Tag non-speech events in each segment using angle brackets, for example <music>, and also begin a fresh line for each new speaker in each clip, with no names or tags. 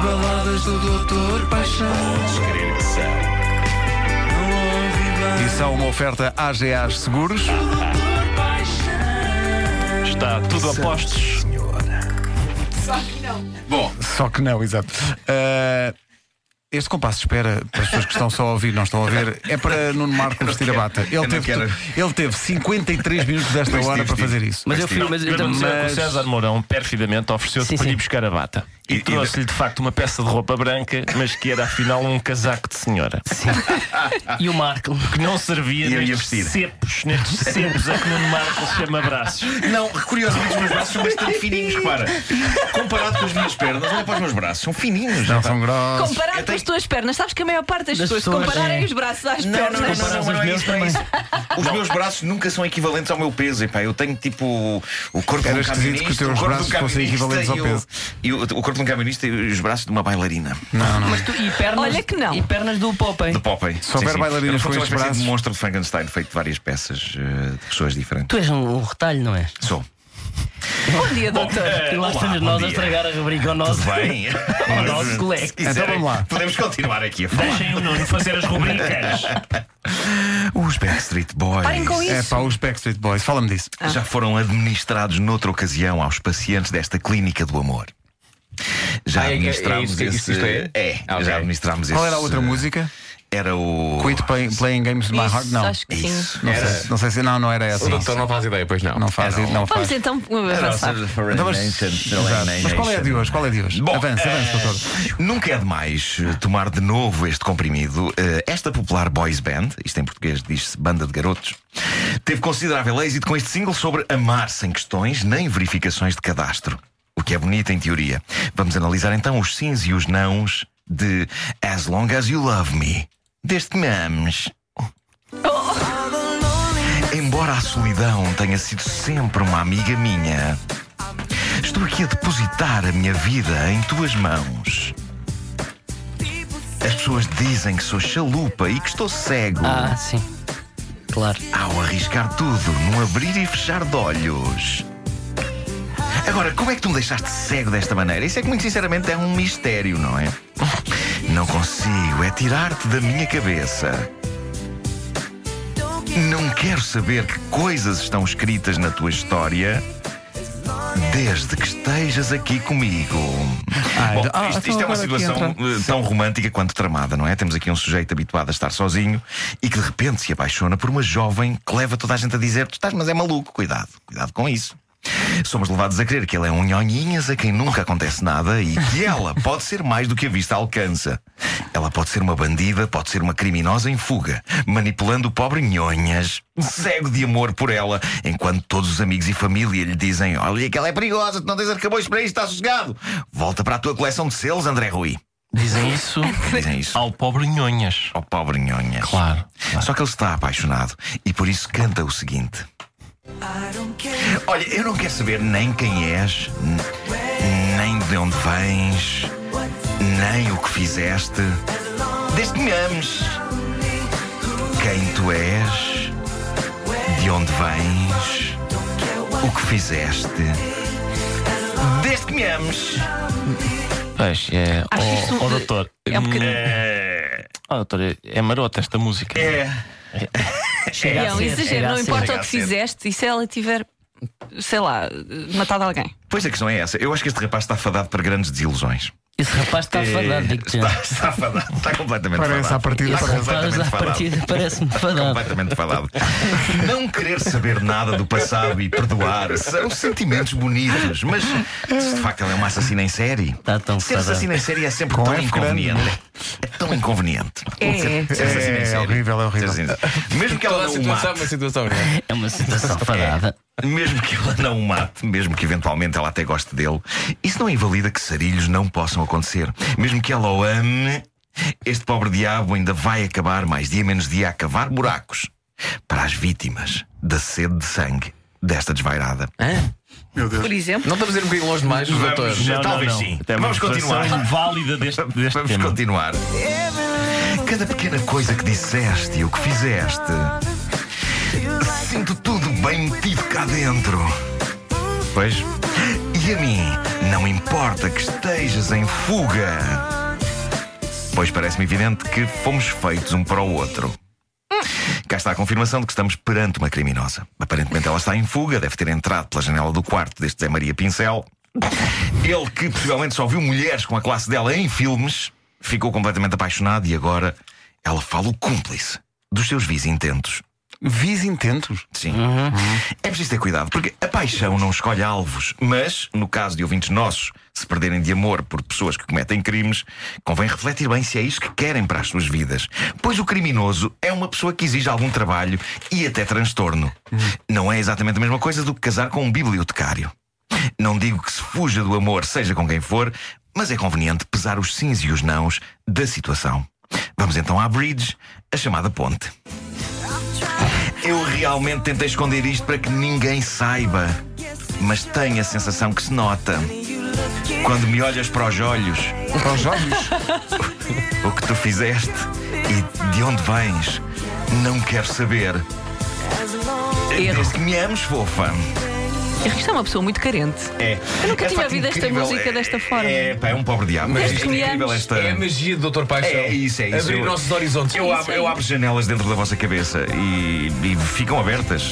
baladas do Doutor Paixão. Não ouvi
E
bem.
são uma oferta AGAs Seguros.
Doutor Paixão.
Está tudo a postos.
Só que não, exato. Ah, este compasso de espera, para as pessoas que estão só a ouvir, não estão a ver, é para Nuno Marco vestir a bata. Ele
não
teve,
quero.
tu- ele teve 53 minutos desta
Pois
hora
tive,
para
tive.
fazer isso.
Mas
Mas eu
sim.
fui, mas,
Não,
então,
mas-
o César Mourão perfidamente ofereceu-se
Sim,
para ir
sim.
buscar a bata. E,
E- e-
trouxe-lhe de facto uma peça de roupa branca, mas que era afinal um casaco de senhora.
E o Marco.
Que não servia
E eu ia
nestes
vestir.
cepos, nestes cepos a que Nuno Marco se chama braços.
Não, curiosamente os meus braços são bastante fininhos, repara. Comparado com as minhas pernas, olha para os meus braços, são fininhos.
Não são grossos.
Comparado
Eu
com as
tenho-
tuas pernas, sabes que a maior parte das,
Das
pessoas,
pessoas,
compararem
é.
os braços às
Não, não,
pernas.
não, não, não, não,
Os
é
meus
isso, não é isso.
também.
Os meus braços nunca são equivalentes ao meu peso. Epá, eu tenho tipo o corpo
Era
de um
esquisito
camionista,
que os teus
o corpo de um
braços fossem
camionista
equivalentes ao
e o-
peso.
E o, o corpo de um camionista e os braços de uma bailarina.
Mas tu, e pernas,
Olha que não.
E pernas do Popeye.
De Popeye.
Se houver bailarinas
Era
com
como
estes
se fosse uma espécie
braços-
de monstro de Frankenstein feito de várias peças eh, de pessoas diferentes.
Tu és um, um retalho, não és?
<laughs>
Sou.
Bom dia, doutor.
É.
e lá
olá,
estamos
bom
nós a
dia.
estragar a rubrica ao nosso.
Tudo bem?
Ao nosso colega.
Quiserem,
Então vamos lá.
Podemos continuar aqui a falar.
Deixem o Nuno fazer as rubricas.
Os Backstreet Boys.
Parem com
É
isso.
para os Backstreet Boys, fala-me disso.
já foram administrados noutra ocasião aos pacientes desta clínica do amor. Já
Ah, é que- é
administrámos
isso que-
esse.
isso que isto é?
é,
Ah, ok.
já administrámos esse.
Qual era a outra música?
Era o. É
Quit play, Playing Games with My Heart?
Isso,
Não.
Acho que sim.
Isso.
Não sei, não sei se. Não, não era essa.
O doutor não faz ideia, pois não.
Não faz
Era um
isso, não
Vamos
faz.
então uh, avançar.
Então, mas, Exato. Mas qual é a de hoje? Qual é a de hoje?
Bom,
avança, avança,
eh,
doutor.
Nunca é demais eh, tomar de novo este comprimido. Eh, esta popular boys band, isto em português diz-se banda de garotos, teve considerável êxito com este single sobre amar sem questões nem verificações de cadastro. O que é bonito em teoria. Vamos analisar então os sims e os nãos de As Long As You Love Me, deste Mames. Embora a solidão tenha sido sempre uma amiga minha, estou aqui a depositar a minha vida em tuas mãos. As pessoas dizem que sou chalupa e que estou cego
Ah, sim. Claro.
ao arriscar tudo num abrir e fechar de olhos. Agora, como é que tu me deixaste cego desta maneira? Isso é que, muito sinceramente, é um mistério, não é? Não consigo, é tirar-te da minha cabeça. Não quero saber que coisas estão escritas na tua história. Desde que estejas aqui comigo.
Ah,
Bom,
então- ah, então
isto, isto é
agora
uma
aqui
situação
entra-
eh, <laughs> tão romântica quanto tramada, não é? Temos aqui um sujeito habituado a estar sozinho e que de repente se apaixona por uma jovem que leva toda a gente a dizer: Tu estás, mas é maluco, cuidado, cuidado com isso. Somos levados a crer que ele é um nhonhinhas a quem nunca acontece nada e que ela pode ser mais do que a vista alcança. Ela pode ser uma bandida, pode ser uma criminosa em fuga, manipulando o pobre nhonhas, cego de amor por ela, enquanto todos os amigos e família lhe dizem: Olha, que ela é perigosa, tu não tens arcabouços para isto, está sossegado. Volta para a tua coleção de selos, André Rui.
Dizem isso
Dizem é isso
ao pobre Nhonhas.
ao pobre nhonhas.
Claro.
Só que ele está apaixonado e por isso canta o seguinte: Olha, eu não quero saber nem quem és, n- nem de onde vens, nem o que fizeste, desde que me ames. Quem tu és, de onde vens, o que fizeste, desde que me ames.
Pois, é.
Acho
ó-
isso
ó,
um-
doutor.
é
hum,
um bocadinho-
É... ó, doutor, é- é marota esta música.
É.
Chega a
Não,
assim,
ser,
é um exagero,
chega a
não
ser.
importa o
Chega a
que
ser.
fizeste, e se ela tiver, sei lá, matado alguém.
Pois a questão é essa. Eu acho que este rapaz está fadado para grandes desilusões.
Esse rapaz É, está fadado, digo-te. já.
Está, está fadado, está completamente
Parece à
fadado.
partida.
Esse
Está
parece-
rapaz
completamente
à
fadado.
partida parece-me fadado.
Completamente falado. Não querer saber nada do passado e perdoar são sentimentos bonitos, mas se de facto ela é uma assassina em série.
Está Tá tão
Ser
fadado.
assassina em série é sempre
Com
tão
F grande. né?
inconveniente. É tão inconveniente.
É.
Ser assassina em
É
série.
horrível, é
Ser
horrível.
assassina. Mesmo que
Toda
ela
a
não o
situação é
mate,
uma situação, não é?
É uma situação fadada.
mesmo que ela não o mate, mesmo que eventualmente ela até goste dele, isso não invalida que sarilhos não possam acontecer. Mesmo que ela o ame, este pobre diabo ainda vai acabar, mais dia menos dia, a cavar buracos para as vítimas da sede de sangue desta desvairada.
É?
Hã?
Por exemplo,
Não estamos a ir um bocadinho longe demais, doutor.
Vamos. É, Talvez sim.
Até uma
Vamos continuar.
versão válida deste, deste
Vamos
tema.
continuar. Cada pequena coisa que disseste e o que fizeste, sinto tudo bem metido cá dentro. Pois. E a mim, Não importa que estejas em fuga. Pois parece-me evidente que fomos feitos um para o outro. Cá está a confirmação de que estamos perante uma criminosa. Aparentemente ela está em fuga, deve ter entrado pela janela do quarto deste Zé Maria Pincel. Ele, que possivelmente só viu mulheres com a classe dela em filmes, ficou completamente apaixonado e agora ela fala o cúmplice dos seus vis intentos.
Vis intentos.
Sim. É preciso ter cuidado, porque a paixão não escolhe alvos, mas, no caso de ouvintes nossos se perderem de amor por pessoas que cometem crimes, convém refletir bem se é isso que querem para as suas vidas. Pois o criminoso é uma pessoa que exige algum trabalho e até transtorno. Não é exatamente a mesma coisa do que casar com um bibliotecário. Não digo que se fuja do amor, seja com quem for, mas é conveniente pesar os sims e os nãos da situação. Vamos então à bridge, a chamada ponte. Eu realmente tentei esconder isto para que ninguém saiba, mas tenho a sensação que se nota. Quando me olhas para os olhos,
Para os olhos.
o que tu fizeste e de onde vens, não quero saber. Desde que me ames, fofa.
Isto é uma pessoa muito carente.
É.
Eu nunca
É
tinha
de facto
ouvido esta
incrível.
música
É-
desta forma.
É, pá, é um pobre diabo.
Mas
Mas
desde
é
que me
incrível
ames,
esta.
É a magia do Dr. Paixão.
É isso, é isso.
Abrir
Eu-
nossos horizontes.
Eu abro,
Isso aí.
eu abro janelas dentro da vossa cabeça e, e ficam abertas.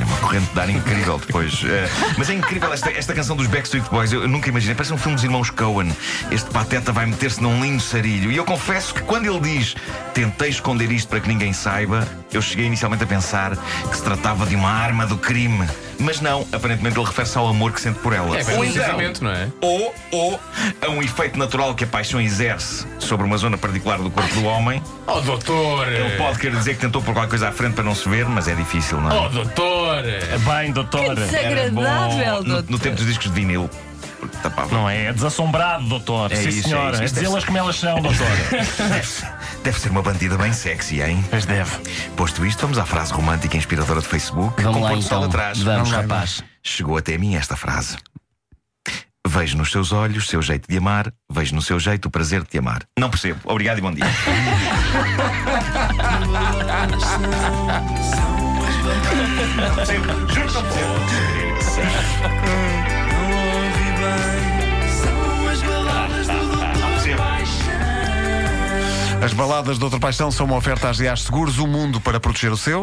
É uma corrente de ar incrível depois. Eh, mas é incrível esta, esta canção dos Backstreet Boys. Eu, eu nunca imaginei. Parece um filme dos irmãos Cohen. Este pateta vai meter-se num lindo sarilho. E eu confesso que quando ele diz tentei esconder isto para que ninguém saiba, eu cheguei inicialmente a pensar que se tratava de uma arma do crime. Mas não, aparentemente ele refere-se ao amor que sente por ela.
É,
Ou
um
então,
sentimento, não é?
ou, ou a um efeito natural que a paixão exerce sobre uma zona particular do corpo do homem.
Oh, doutor!
Ele pode querer dizer que tentou pôr qualquer coisa à frente para não se ver, mas é difícil, não é?
Oh, doutor!
Bem, doutor.
Que desa-
Era bom no,
agradável,
no
doutor.
tempo dos discos de vinil. porque tapava.
Não é? É desassombrado, doutor.
É
Sim,
isso, é
senhora.
isso.
É,
<laughs> Isto é-
dizê-las como elas são, doutor.
Deve, deve ser uma bandida bem sexy, hein?
Mas deve.
Posto isto, vamos à frase romântica e inspiradora do Facebook.
Vamos
com
lá
o pôr do sol
então.
atrás.
Vamos,
lá,
rapaz.
Chegou até mim esta frase. Vejo nos seus olhos seu jeito de amar, vejo no seu jeito o prazer de te amar. Não percebo. Obrigado e bom dia. Não percebo. Juro que não percebo.
Não ouvi bem. São as baladas do Doutor Paixão.
As baladas de outra paixão são uma oferta às GAs Seguros, o mundo para proteger o seu.